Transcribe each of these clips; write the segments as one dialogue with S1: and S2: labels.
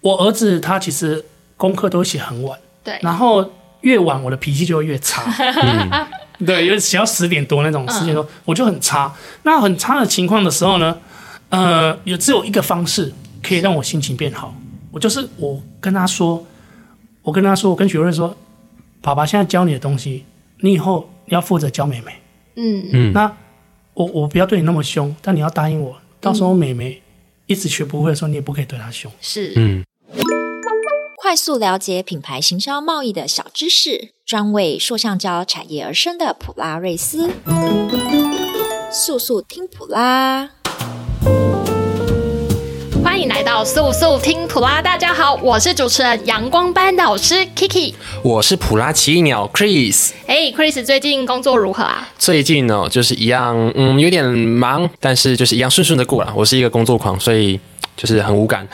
S1: 我儿子他其实功课都写很晚，
S2: 对，
S1: 然后越晚我的脾气就会越差。对，有写到十点多那种，十点多、我就很差。那很差的情况的时候呢，呃，也只有一个方式可以让我心情变好，我就是我跟他说，我跟他说，我跟许瑞说，爸爸现在教你的东西，你以后要负责教妹妹。
S2: 嗯，
S1: 那我我不要对你那么凶，但你要答应我，到时候妹妹一直学不会的时候，你也不可以对她凶。
S2: 是，
S3: 嗯，
S4: 快速了解品牌行销贸易的小知识，专为塑橡胶产业而生的普拉瑞斯，速速听普拉。
S2: 欢迎来到速速听普拉，大家好，我是主持人阳光班导师 Kiki。
S3: 我是普拉奇鸟 Chris。
S2: 哎、c h r i s 最近工作如何 啊？
S3: 最近呢、就是一样，嗯，有点忙，但是就是一样顺顺的过了。我是一个工作狂，所以就是很无感。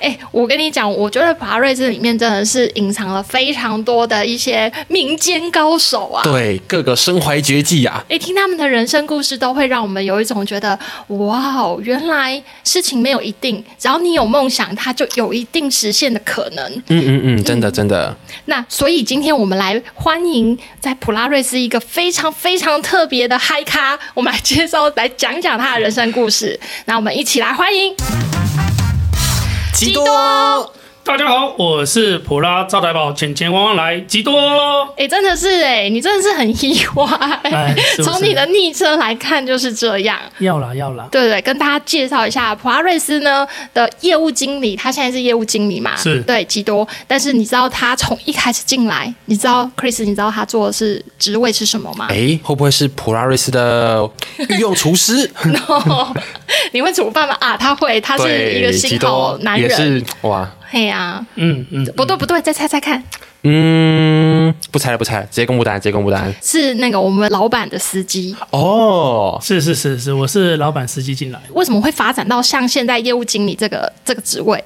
S2: 哎、我跟你讲，我觉得华瑞这里面真的是隐藏了非常多的一些民间高手啊。
S3: 对，各个身怀绝技啊呀、
S2: 哎，听他们的人生故事，都会让我们有一种觉得，哇哦，原来事情没有一定，只要你有梦想，它就有一定实现的可能。
S3: 嗯嗯嗯，真的真的，
S2: 那所以今天我们来欢迎在普拉瑞斯一个非常非常特别的嗨咖，我们来介绍来讲讲他的人生故事。那我们一起来欢迎
S3: 基多。
S1: 大家好，我是普拉招财宝，钱钱汪汪来，吉多。
S2: 哎、真的是哎、你真的是很意外、
S1: 哎是不是
S2: 从你的昵称来看就是这样。
S1: 要啦要啦，
S2: 对对对，跟大家介绍一下，普拉瑞斯呢的业务经理，他现在是业务经理嘛，
S1: 是
S2: 对基多。但是你知道他从一开始进来，你知道 Chris，你知道他做的是职位是什么吗？
S3: 哎，会不会是普拉瑞斯的御用厨 师？
S2: 哦， 你会煮饭吗？啊，他会，他是一个
S3: 基
S2: 新好
S3: 多
S2: 男
S3: 也
S2: 人。
S3: 是哇，
S2: 嘿呀、
S1: 嗯嗯，
S2: 不对不对，再猜猜看，
S3: 嗯，不猜了不猜了，直接公布答案，直接公布答案。
S2: 是那个我们老板的司机，
S3: 哦，
S1: 是是是是，我是老板司机进来。
S2: 为什么会发展到像现在业务经理这个这个职位？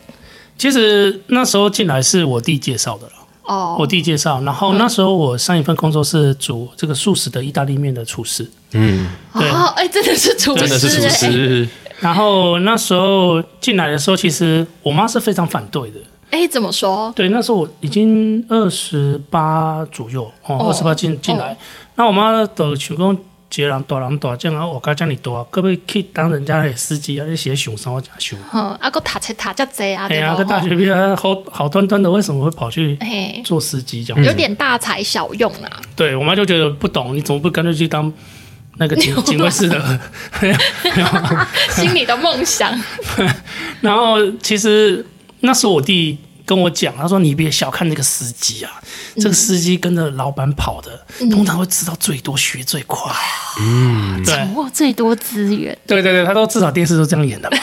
S1: 其实那时候进来是我弟介绍的啦，我
S2: 哦，
S1: 弟介绍。然后那时候我上一份工作是煮这个素食的意大利面的厨师。
S3: 嗯，
S1: 对
S2: 哦，哎、真的是厨师、哎
S3: 真的是厨师，
S1: 然后那时候进来的时候，其实我妈是非常反对的。
S2: 哎、怎么说？
S1: 对，那时候我已经二十八左右，哦，
S2: 哦
S1: 二十八进进来。那我妈的想讲，一个人大人大这样啊，我家这么大，可不可以去当人家的司机啊？你写熊啥我讲熊？
S2: 嗯，啊，个塔切塔叫贼啊，
S1: 哎呀，
S2: 对
S1: 个
S2: 不
S1: 大学毕业好好端端的，为什么会跑去
S2: 嘿
S1: 做司机这样子？
S2: 有点大材小用啊，
S1: 对我妈就觉得不懂，你怎么不干脆去当那个警警卫室的？
S2: 啊 心里的梦想。
S1: 然后其实那时候我弟跟我讲，他说你别小看这个司机啊，这个司机跟着老板跑的，通常会知道最多，学最快。嗯，对
S2: 掌握最多资源，
S1: 对对对，他都至少电视都这样演的嘛。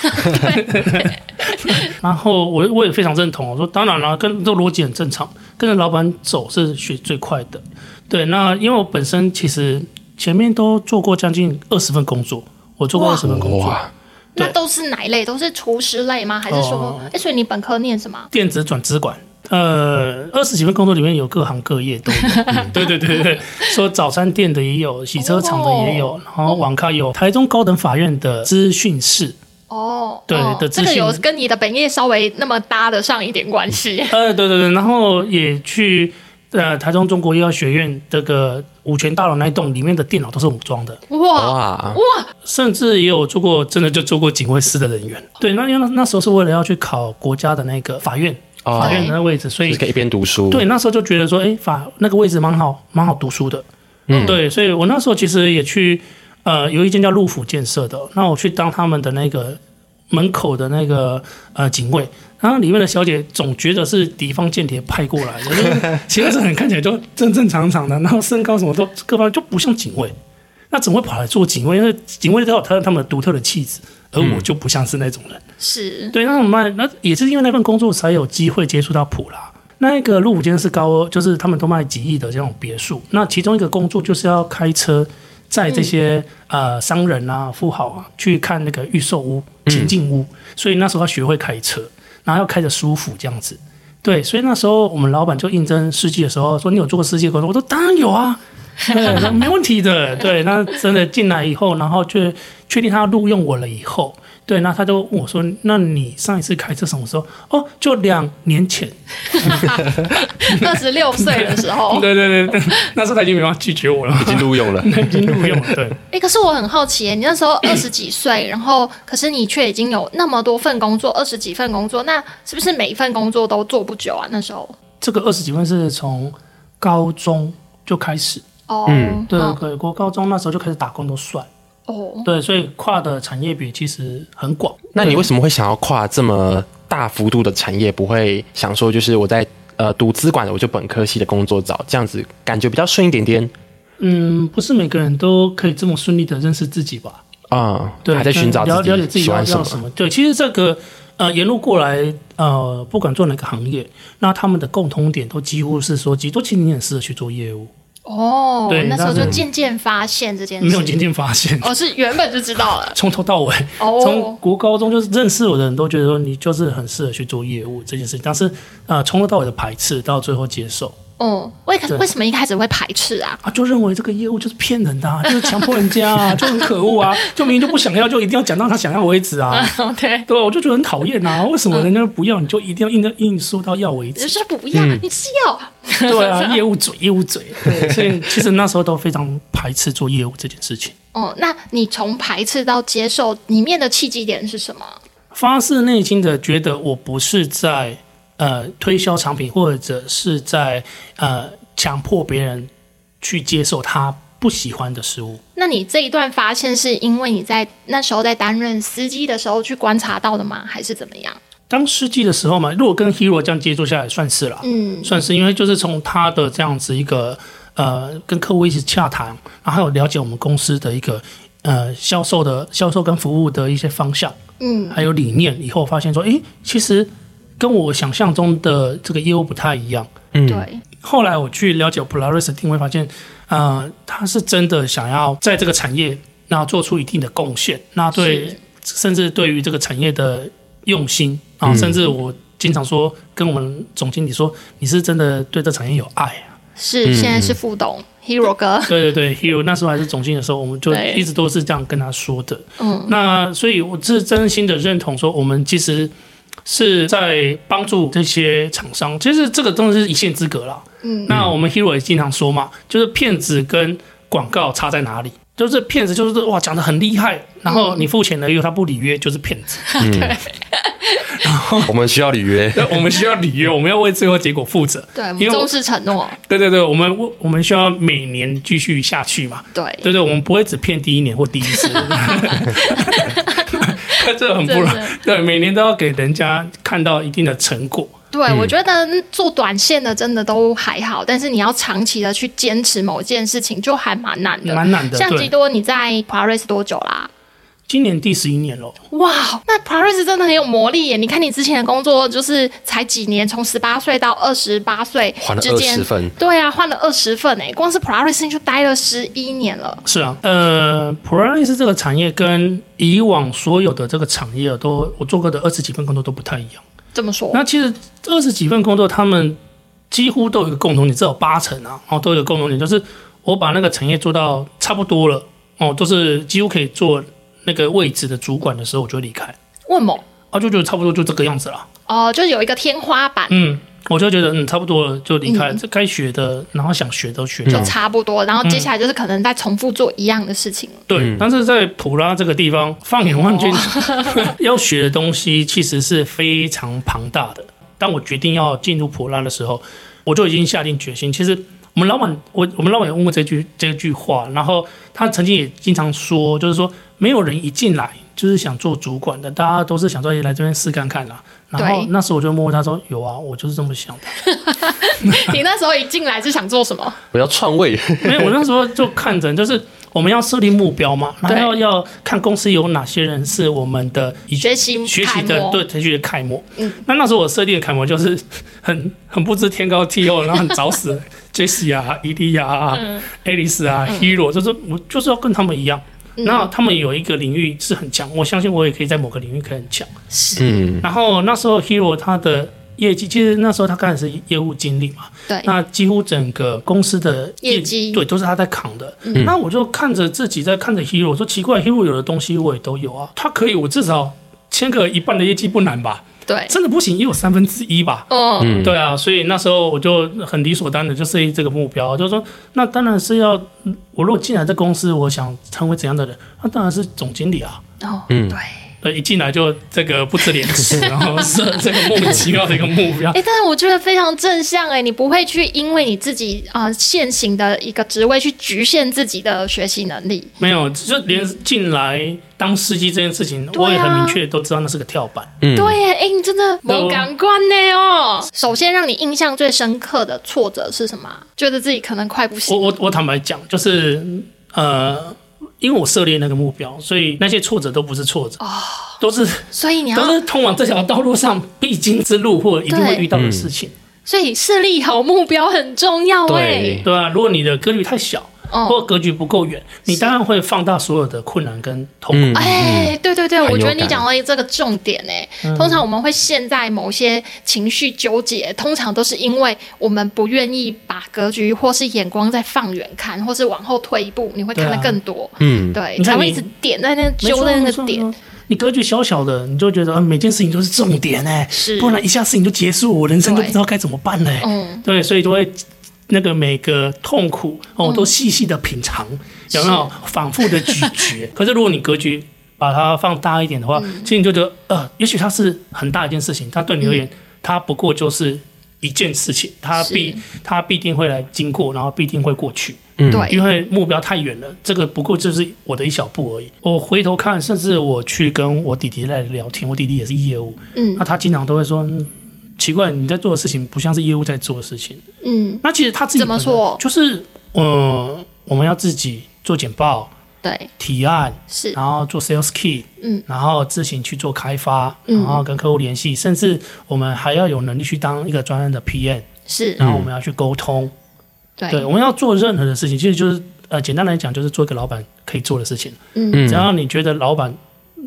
S1: 然后我我也非常认同，我说当然了，跟这个逻辑很正常，跟着老板走是学最快的。对，那因为我本身其实前面都做过将近二十份工作，我做过二十份工作，
S3: 哇，
S2: 那
S1: 对
S2: 都是哪一类？都是厨师类吗？还是说，哎、所以你本科念什么？
S1: 电子转资管。呃，二十几份工作里面有各行各业都 有，嗯对对对对，说早餐店的也有，洗车厂的也
S3: 哦
S1: 有，然后网咖有，台中高等法院的资讯室，
S2: 哦，
S1: 对
S2: 哦
S1: 的资
S2: 这个
S1: 讯
S2: 有跟你的本业稍微那么搭得上一点关系。
S1: 呃，对对对，然后也去呃台中中国医药学院这个五权大楼那一栋里面的电脑都是武装的，
S2: 哇
S3: 哇，
S2: 哇，
S1: 甚至也有做过真的就做过警卫师的人员。对，那因为那那时候是为了要去考国家的那个法院
S3: 哦
S1: 法，院的那个位置，所
S3: 就
S1: 以
S3: 是可以一边读书，
S1: 对那时候就觉得说，哎，法那个位置蛮好，蛮好读书的。嗯，对，所以我那时候其实也去呃有一间叫陆府建设的，那我去当他们的那个门口的那个呃警卫，然后里面的小姐总觉得是敌方间谍派过来的，因为 其实很看起来就正正常常的，然后身高什么都各方面就不像警卫，那怎么会跑来做警卫？因为警卫都有他他们独特的气质，而我就不像是那种人。
S2: 是
S1: 对，那我们那也是因为那份工作才有机会接触到普拉。那个陆武间是高，哦就是他们都卖几亿的这种别墅。那其中一个工作就是要开车载这些、呃商人啊、富豪啊去看那个预售屋、情境屋，所以那时候要学会开车，然后要开着舒服这样子。对，所以那时候我们老板就应征司机的时候说：“你有做过司机的工作？”我说：“当然有啊。” 对，没问题的。对，那真的进来以后，然后确确定他录用我了以后，对，那他就问我说：“那你上一次开车什么时候？”哦，就两年前。
S2: 二十六岁的时 候，
S1: 对对对对，那时候他已经没办法拒绝我了，
S5: 已经录 用了。
S1: 已经录用了。对，
S2: 哎、可是我很好奇耶，你那时候二十几岁，然后可是你却已经有那么多份工作，二十几份工作，那是不是每一份工作都做不久啊？那时候
S1: 这个二十几分是从高中就开始，
S2: 哦，
S3: 嗯
S1: 对，
S2: 嗯
S1: 对，国高中那时候就开始打工都算，
S2: 哦，
S1: 对，所以跨的产业比其实很广。
S3: 那你为什么会想要跨这么大幅度的产业？不会想说就是我在呃读资管的，我就本科系的工作找，这样子感觉比较顺一点点
S1: 嗯，不是每个人都可以这么顺利的认识自己吧？
S3: 啊、
S1: 对，
S3: 还在寻找
S1: 了了解
S3: 自
S1: 自己
S3: 喜
S1: 要
S3: 欢什
S1: 要
S3: 么。
S1: 什么。对，其实这个呃沿路过来，呃，不管做哪个行业，那他们的共通点都几乎是说，其实都其实你很适合去做业务，
S2: 哦
S1: 对，
S2: 那时候
S1: 但是
S2: 就渐渐发现这件事，
S1: 没有渐渐发现，
S2: 哦，是原本就知道了，
S1: 从头到尾，从
S2: 哦，
S1: 国高中就是认识我的人都觉得说你就是很适合去做业务这件事情，但是呃从头到尾的排斥，到最后接受
S2: 哦，为可
S1: 对
S2: 为什么一开始会排斥啊？
S1: 啊，就认为这个业务就是骗人的、啊，就是强迫人家啊， 就很可恶啊，就明明就不想要，就一定要讲到他想要为止啊。
S2: 哦对，
S1: 对，我就觉得很讨厌啊！为什
S2: 嗯
S1: 么人家不要，你就一定要硬硬说到要为止
S2: 就？是不要，你是要，
S1: 对啊，业务嘴，业务嘴。对，所以其实那时候都非常排斥做业务这件事情。
S2: 哦，那你从排斥到接受里面的契机点是什么？
S1: 发自内心的觉得我不是在呃推销产品，或者是在呃强迫别人去接受他不喜欢的事物。
S2: 那你这一段发现是因为你在那时候在担任司机的时候去观察到的吗？还是怎么样？
S1: 当司机的时候嘛，如果跟 Hero 这样接触下来，算是啦，
S2: 嗯，
S1: 算是因为就是从他的这样子一个呃跟客户一起洽谈，然后还有了解我们公司的一个呃销售的销售跟服务的一些方向，
S2: 嗯，
S1: 还有理念，以后发现说，诶，其实跟我想象中的这个业务不太一样。
S3: 嗯，
S2: 对，
S1: 后来我去了解 Polaris 的定位，发现，呃，他是真的想要在这个产业，那做出一定的贡献，那对
S2: 是，
S1: 甚至对于这个产业的用心啊，甚至我经常说跟我们总经理说，你是真的对这产业有爱啊。
S2: 是、现在是副董 Hero 哥，
S1: 对对对，Hero 那时候还是总经理的时候，我们就
S2: 对
S1: 一直都是这样跟他说的。
S2: 嗯，
S1: 那所以我是真心的认同说，我们其实是在帮助这些厂商，其实这个东西是一线之隔啦。
S2: 嗯，
S1: 那我们 Hero 也经常说嘛，就是骗子跟广告差在哪里？就是骗子就是哇讲的很厉害，然后你付钱了以后他不履约就是骗子。
S5: 我们需要履约，
S1: 那我们需要履约，我们要为最后结果负责。
S2: 对，我
S1: 因
S2: 们
S1: 为我
S2: 重视承诺，
S1: 对对对，我们我我们需要每年继续下去嘛。
S2: 对，
S1: 对对，我们不会只骗第一年或第一 次，这很不容
S2: 真的
S1: 易。对，每年都要给人家看到一定的成果。
S2: 对，
S1: 嗯
S2: 我觉得做短线的真的都还好，但是你要长期的去坚持某件事情，就还蛮难的，
S1: 蛮难的
S2: 像
S1: 对
S2: 吉多，你在 p a r i s 多久啦？
S1: 今年第十一年了，
S2: 哇，那 p a r i s 真的很有魔力耶！你看你之前的工作就是才几年，从十八岁到二十八岁
S5: 换了
S2: 之间
S5: 20份
S2: 对啊，换了二十份哎，光是 p a r i s 就待了十一年了。
S1: 是啊，呃 p r o l i s 这个产业跟以往所有的这个产业都我做过的二十几份工作都不太一样。
S2: 这么说，
S1: 那其实二十几份工作，他们几乎都有一个共同点，至少八成啊，哦，都有一个共同点，就是我把那个产业做到差不多了，哦，就是几乎可以做那个位置的主管的时候，我就离开。
S2: 问某
S1: 啊，就觉得差不多就这个样子了。
S2: 哦、就有一个天花板，
S1: 嗯，我就觉得嗯差不多了，就离开了这该学的，然后想学都学到。
S2: 就差不多，然后接下来就是可能再重复做一样的事情了。
S1: 对，但是在普拉这个地方，放眼望去， 要学的东西其实是非常庞大的。当我决定要进入普拉的时候，我就已经下定决心。其实我们老板，我我们老板也问过这句这句话，然后他曾经也经常说，就是说没有人一进来就是想做主管的，大家都是想说哎来这边试看看啦。然后
S2: 对
S1: 那时候我就摸摸他说：“有啊，我就是这么想的。”嗯
S2: 你那时候一进来是想做什么？
S5: 我要篡位。
S1: 没有，我那时候就看着，就是我们要设定目标嘛，然后要要看公司有哪些人是我们的以
S2: 学习
S1: 学习
S2: 楷
S1: 的
S2: 模
S1: 对学习的楷模。
S2: 嗯，
S1: 那那时候我设定的楷模就是 很很不知天高地厚，然后很早 死，Jesse 啊、伊利亚啊、
S2: 嗯
S1: 爱丽丝啊、Hero，就是我就是要跟他们一样。
S2: 嗯
S1: 那他们有一个领域是很强，我相信我也可以在某个领域可以很强。
S2: 是
S5: 嗯，
S1: 然后那时候 Hero 他的业绩，其实那时候他刚才是业务经理嘛，
S2: 对，
S1: 那几乎整个公司的
S2: 业绩嗯
S1: 对都是他在扛的。那我就看着自己在看着 Hero，我说奇怪，Hero 有的东西我也都有啊，他可以，我至少签个一半的业绩不难吧？
S2: 对，
S1: 真的不行也有三分之一吧？
S2: 哦，
S1: 对啊，所以那时候我就很理所当然的就设定这个目标，就是说，那当然是要我如果进来这公司，我想成为怎样的人？那当然是总经理啊。
S2: 哦，对。
S1: 呃，一进来就这个不知廉耻，然后设这个莫名其妙的一个目标
S2: 哎、。但是我觉得非常正向哎、你不会去因为你自己啊、呃现行的一个职位去局限自己的学习能力。
S1: 没有，就连进来当司机这件事情，
S2: 嗯对啊
S1: 我也很明确都知道那是个跳板。
S3: 嗯，
S2: 对耶，哎、你真的
S1: 对
S2: 没
S1: 哦
S2: 感官呢哦。首先让你印象最深刻的挫折是什么啊？觉得自己可能快不
S1: 我
S2: 行。
S1: 我我坦白讲，就是呃，因为我设立那个目标，所以那些挫折都不是挫
S2: 哦
S1: 折，都是
S2: 所以你要
S1: 都是通往这条道路上必经之路或一定会遇到的事情，
S2: 所以设立好目标很重要哎
S3: 对。
S1: 对吧、如果你的格局太小，或
S2: 哦，
S1: 格局不够远，你当然会放大所有的困难跟痛苦。
S3: 嗯，
S2: 哎、对对对，
S3: 很有
S2: 我觉得你
S3: 感
S2: 讲到这个重点哎、通常我们会陷在某些情绪纠结，通常都是因为我们不愿意把格局或是眼光再放远看，或是往后退一步，你会看得
S1: 对啊
S2: 更多。
S3: 嗯，
S2: 对，
S1: 你看
S2: 才会
S1: 你
S2: 一直点在那
S1: 没
S2: 揪
S1: 错
S2: 在那
S1: 没
S2: 个
S1: 错
S2: 点。
S1: 没错你格局小小的，你就觉得、啊、每件事情都是重点哎、
S2: 是
S1: 不然一下事情就结束，我人生都
S2: 对
S1: 不知道该怎么办嘞、
S2: 嗯
S1: 对，所以都会那个每个痛苦哦，都细细的品尝，
S2: 嗯
S1: 有没有反复的咀嚼？ 可是如果你格局把它放大一点的话，其实你就觉得呃，也许它是很大一件事情，它对你而言，它不过就是。一件事情，它
S2: 嗯是
S1: 必它必定会来经过，然后必定会过去。
S3: 嗯
S2: 对
S1: 因为目标太远了，这个不过就是我的一小步而已。我回头看，甚至我去跟我弟弟在聊天，我弟弟也是业务，
S2: 嗯
S1: 那他经常都会说，嗯奇怪，你在做的事情不像是业务在做的事情。
S2: 嗯，
S1: 那其实他自己
S2: 怎么说
S1: 就是呃，我们要自己做简报、
S2: 对，
S1: 提案，
S2: 是
S1: 然后做 sales key，
S2: 嗯，
S1: 然后自行去做开发，
S2: 嗯
S1: 然后跟客户联系，甚至我们还要有能力去当一个专案的
S2: 嗯
S1: PM，
S2: 是，
S1: 然后我们要去沟通，
S2: 对，
S1: 对，我们要做任何的事情，其实就是呃，简单来讲，就是做一个老板可以做的事情。
S2: 嗯
S1: 只要你觉得老板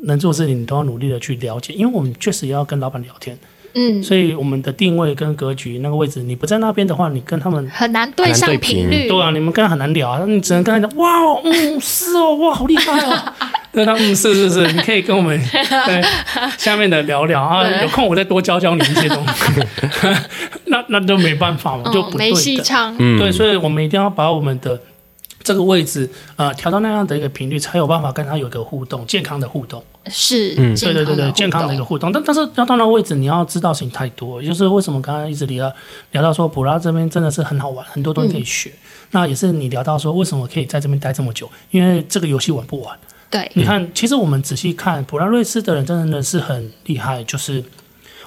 S1: 能做的事情，你都要努力的去了解，因为我们确实也要跟老板聊天，
S2: 嗯，
S1: 所以我们的定位跟格局那个位置，你不在那边的话，你跟他们。
S2: 很难对
S3: 很难
S2: 上
S3: 对
S2: 频
S3: 频
S2: 率，嗯
S1: 对啊，你们跟他很难聊啊，你只能跟他讲哇哦，嗯，是哦，哇，好厉害 哦。对，他嗯，是是是，你可以跟我们对下面的聊聊啊，
S2: 对
S1: 有空我再多教教你一些东 西。 那那就没办法嘛，就
S2: 嗯，
S1: 不
S2: 没
S1: 对
S2: 戏
S1: 的。
S2: 唱，
S3: 嗯
S1: 对，所以我们一定要把我们的这个位置呃调到那样的一个频率，才有办法跟他有一个互动，健康的互动。
S2: 是，
S3: 嗯
S1: 对对对对，健康的一
S2: 互
S1: 个
S2: 动，
S1: 互动。但但是要到那个位置，你要知道事情太多，也就是为什么刚刚一直聊聊到说普拉这边真的是很好玩，很多东西可以学。那也是你聊到说为什么可以在这边待这么久，因为这个游戏玩不完。
S2: 对，
S1: 你看，其实我们仔细看普拉瑞斯的人真的是很厉害，就是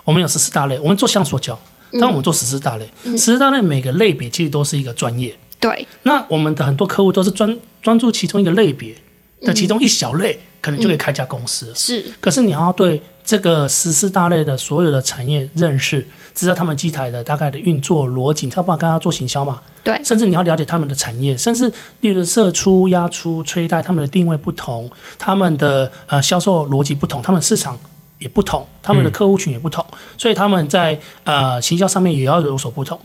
S1: 我们有十四大类，我们做相锁教，但我们做十四大类，十四大类每个类别其实都是一个专业。
S2: 对，
S1: 那我们的很多客户都是专专注其中一个类别的其中一小类，可能就可以开家公司了。
S2: 是，
S1: 可是你要对这个十四大类的所有的产业认识，知道他们机台的大概的运作逻辑，你才有办法跟他做行销嘛。
S2: 对，
S1: 甚至你要了解他们的产业，甚至例如射出、压出、吹带，他们的定位不同，他们的呃销售逻辑不同，他们市场也不同，他们的客户群也不同，所以他们在呃行销上面也要有所不同。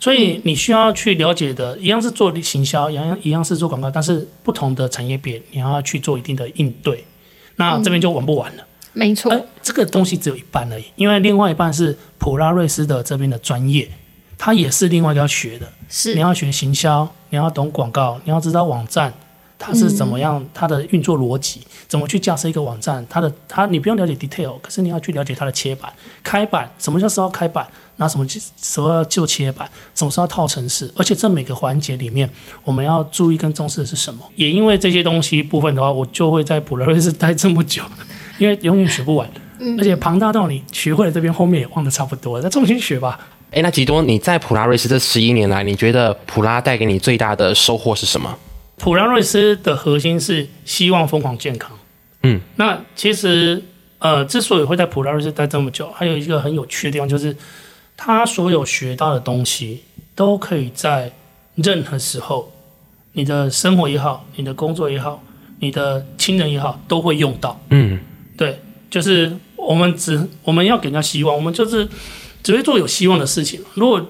S1: 所以你需要去了解的，一样是做行销，一样一样是做广告，但是不同的产业别，你要去做一定的应对。那这边就玩不完了，
S2: 没错
S1: 哎、，这个东西只有一半而已，因为另外一半是普拉瑞斯的这边的专业，它也是另外一个要学的。
S2: 是
S1: 你，要学行销，你要懂广告，你要知道网站它是怎么样，它的运作逻辑，怎么去架设一个网站，它的它你不用了解 detail，可是你要去了解它的切板、开板，什么叫时候开板，那什么时候要就切板，什么时候要套程式，而且这每个环节里面，我们要注意跟重视的是什么。也因为这些东西部分的话，我就会在普罗瑞斯待这么久，因为永远学不完。而且庞大到你学会了这边，后面也忘得差不多了，再重新学吧。
S3: 哎，那吉多，你在普拉瑞斯这十一年来，你觉得普拉带给你最大的收获是什么？
S1: 普拉瑞斯的核心是希望疯狂健康。
S3: 嗯，
S1: 那其实呃，之所以会在普拉瑞斯待这么久，还有一个很有趣的地方就是，他所有学到的东西都可以在任何时候，你的生活也好，你的工作也好，你的亲人也好，都会用到。
S3: 嗯
S1: 对，就是我们只我们要给人家希望，我们就是只会做有希望的事情。如果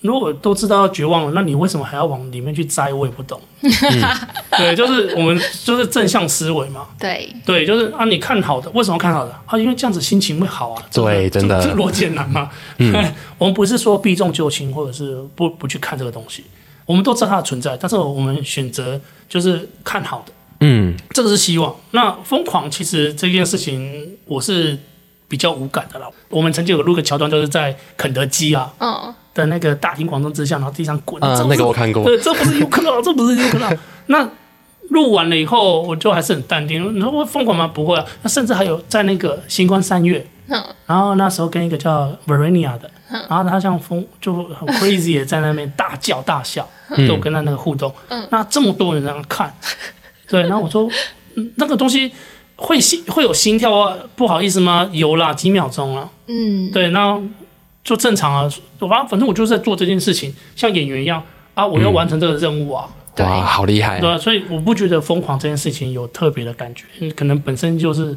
S1: 如果都知道要绝望了，那你为什么还要往里面去栽？我也不懂。
S3: 嗯
S1: 对，就是我们就是正向思维嘛。
S2: 对，
S1: 对，就是啊，你看好的，为什么看好的啊？因为这样子心情会好啊。这个
S3: 对真的嗯
S1: 这这逻辑很难嘛。 我们不是说避重就轻，或者是不不去看这个东西，我们都知道它的存在，但是我们选择就是看好的，
S3: 嗯，
S1: 这个是希望。那疯狂其实这件事情我是比较无感的啦。我们曾经有录个桥段，就是在肯德基啊
S2: 嗯，
S1: 的那个大庭广众之下，然后地上滚。
S3: 啊
S1: 这不是
S3: 那个我看过
S1: 对，这不是 U 克朗，这不是 U 克朗。那录完了以后，我就还是很淡定。你说我疯狂吗？不会啊。那甚至还有在那个星光三月，
S2: 嗯
S1: 然后那时候跟一个叫 Verenia 的，然后他像疯就很 crazy 也在那边大叫大笑，
S3: 嗯
S1: 就跟他那个互动。那这么多人在那看， 对，然后我说、嗯那个东西会心会有心跳啊，不好意思吗？有啦，几秒钟啊。
S2: 嗯，
S1: 对，那就正常啊。我反反正我就是在做这件事情，像演员一样啊，我要完成这个任务啊，
S2: 对
S3: 哇，好厉害
S1: 对！啊，所以我不觉得疯狂这件事情有特别的感觉，可能本身就是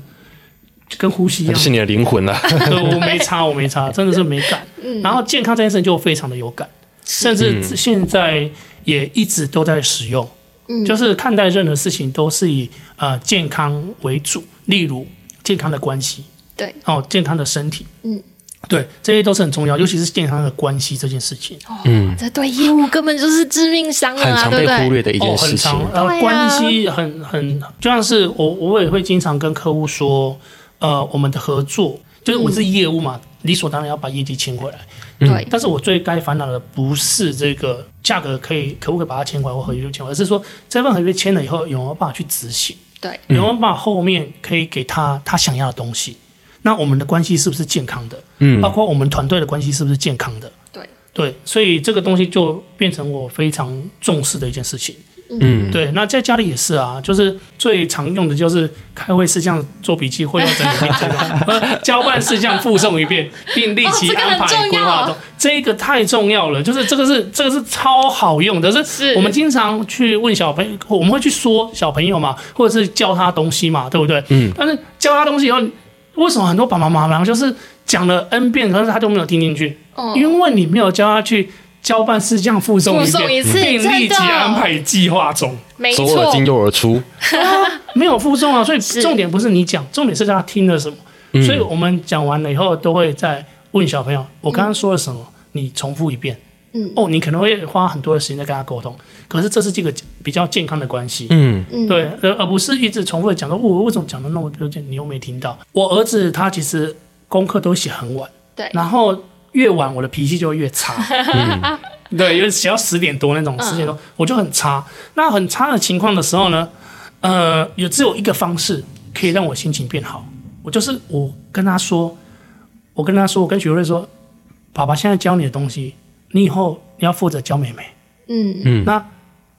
S1: 跟呼吸一样
S3: 那，是你的灵魂 了，
S1: 对，我没差，我没差，真的是没感。
S2: 嗯
S1: 然后健康这件事情就非常的有感，甚至现在也一直都在使用，
S2: 嗯
S1: 就是看待任何事情都是以呃健康为主，例如健康的关系，
S2: 对，
S1: 哦，健康的身体，
S2: 嗯。
S1: 对，这些都是很重要，尤其是健康的关系这件事情，
S2: 哦，这对业务根本就是致命伤了
S3: 嗯很
S2: 啊，
S3: 常
S2: 对不
S3: 被忽
S2: 对？
S3: 略的一
S1: 哦，
S3: 件
S1: 很
S3: 事情
S1: 长。，呃，
S2: 对啊
S1: 关系很很，就像是我我也会经常跟客户说，呃，我们的合作就是我
S2: 嗯
S1: 是业务嘛，理所当然要把业绩请回来，
S3: 嗯
S2: 对，
S1: 但是我最该烦恼的不是这个价格可以可不可以把它签回来或合约就签回来，而是说这份合约签了以后有没有办法去执行，
S2: 对，
S1: 有没有办法后面可以给他他想要的东西。那我们的关系是不是健康的？
S3: 嗯
S1: 包括我们团队的关系是不是健康的？
S2: 对，
S1: 对，所以这个东西就变成我非常重视的一件事情。
S3: 嗯，
S1: 对，那在家里也是啊，就是最常用的就是开会事项做笔记，会用整理并这 个，呃交办事项附送一遍，并立即
S2: 哦这个
S1: 安
S2: 很重
S1: 排
S2: 要
S1: 规划中。这个太重要了，就是这个是这个是超好用的，是
S2: 是
S1: 我们经常去问小朋友，我们会去说小朋友嘛，或者是教他东西嘛，对不对？
S3: 嗯。
S1: 但是教他东西以后，为什么很多爸爸妈妈就是讲了 n 遍，可是他都没有听进去？
S2: 哦，
S1: 因为你没有教他去交办事项附送一
S2: 附送一
S1: 遍，
S2: 次
S1: 并立
S2: 真
S1: 即
S2: 的
S1: 安排计划中。
S2: 没
S3: 左耳
S2: 错，
S3: 进右耳出，
S1: 没有负重啊，所以
S2: 是
S1: 重点不是你讲，重点是他听了什么。
S3: 嗯
S1: 所以我们讲完了以后，都会再问小朋友：“我刚刚说了什么？”你重复一遍。
S2: 嗯
S1: 哦，你可能会花很多的时间在跟他沟通，可是这是这个比较健康的关系。
S3: 嗯
S2: 嗯，
S1: 对，而而不是一直重复的讲说，哦我、我为什么讲的那么多遍，你又没听到？我儿子他其实功课都写很晚，
S2: 对
S1: 然后越晚我的脾气就会越差， 对，有写到十点多那种，十点多、我就很差。那很差的情况的时候呢，呃，也只有一个方式可以让我心情变好，我就是我跟他说，我跟他说，我跟许瑞说，爸爸现在教你的东西，你以后你要负责教妹妹。
S2: 嗯，
S1: 那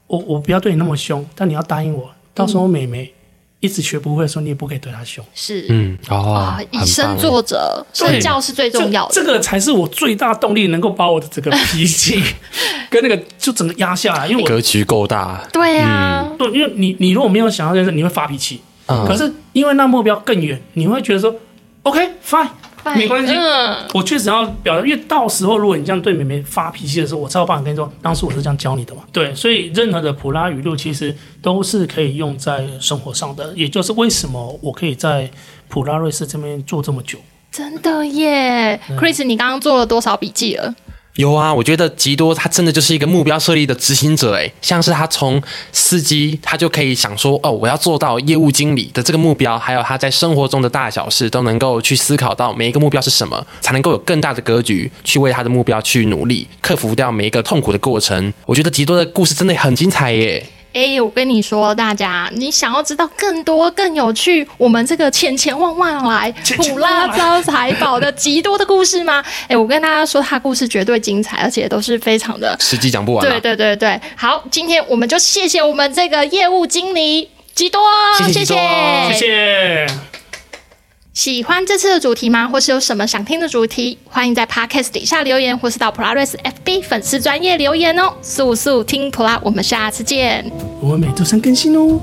S1: 我我不要对你那么凶，但你要答应我，到时候美眉一直学不会的时候，你也不可以对她凶。
S2: 是
S3: 嗯，哦
S2: 啊，，以
S3: 很
S2: 身
S3: 棒
S2: 作则，
S1: 对
S2: 身教是最
S1: 这
S2: 重要的。
S1: 这个才是我最大动力，能够把我的这个脾 气跟那个就整个压下来，因为我
S3: 格局够大，
S2: 对啊，
S1: 对，因为你你如果没有想要认识，你会发脾气。
S3: 嗯
S1: 可是因为那目标更远，你会觉得说，OK fine，
S2: 拜
S1: 没关系。
S2: 嗯，
S1: 我确实要表达，因为到时候如果你这样对妹妹发脾气的时候，我才有办法跟你说，当时我是这样教你的嘛。对，所以任何的普拉语录其实都是可以用在生活上的，也就是为什么我可以在普拉瑞士这边做这么久。
S2: 真的耶，Chris，你刚
S1: 嗯
S2: 刚做了多少笔记了？
S3: 有啊，我觉得吉多他真的就是一个目标设立的执行者，诶，像是他从司机，他就可以想说，哦，我要做到业务经理的这个目标，还有他在生活中的大小事都能够去思考到每一个目标是什么，才能够有更大的格局去为他的目标去努力，克服掉每一个痛苦的过程。我觉得吉多的故事真的很精彩耶，
S2: 哎、我跟你说，大家，你想要知道更多、更有趣，我们这个千千万万来
S1: 千千
S2: 普
S1: 万
S2: 拉
S1: 来
S2: 招财宝的极多的故事吗？哎、我跟大家说，他故事绝对精彩，而且都是非常的。
S3: 时机讲不完
S2: 对
S3: 了、
S2: 对对对，好，今天我们就谢谢我们这个业务经理吉多，
S3: 谢谢
S2: 谢
S3: 吉多
S1: 谢谢。
S2: 喜欢这次的主题吗？或是有什么想听的主题？欢迎在 Podcast 底下留言，或是到 Polaris FB 粉丝专业留言哦。速速听 Pola，我们下次见。
S1: 我们每周三更新哦。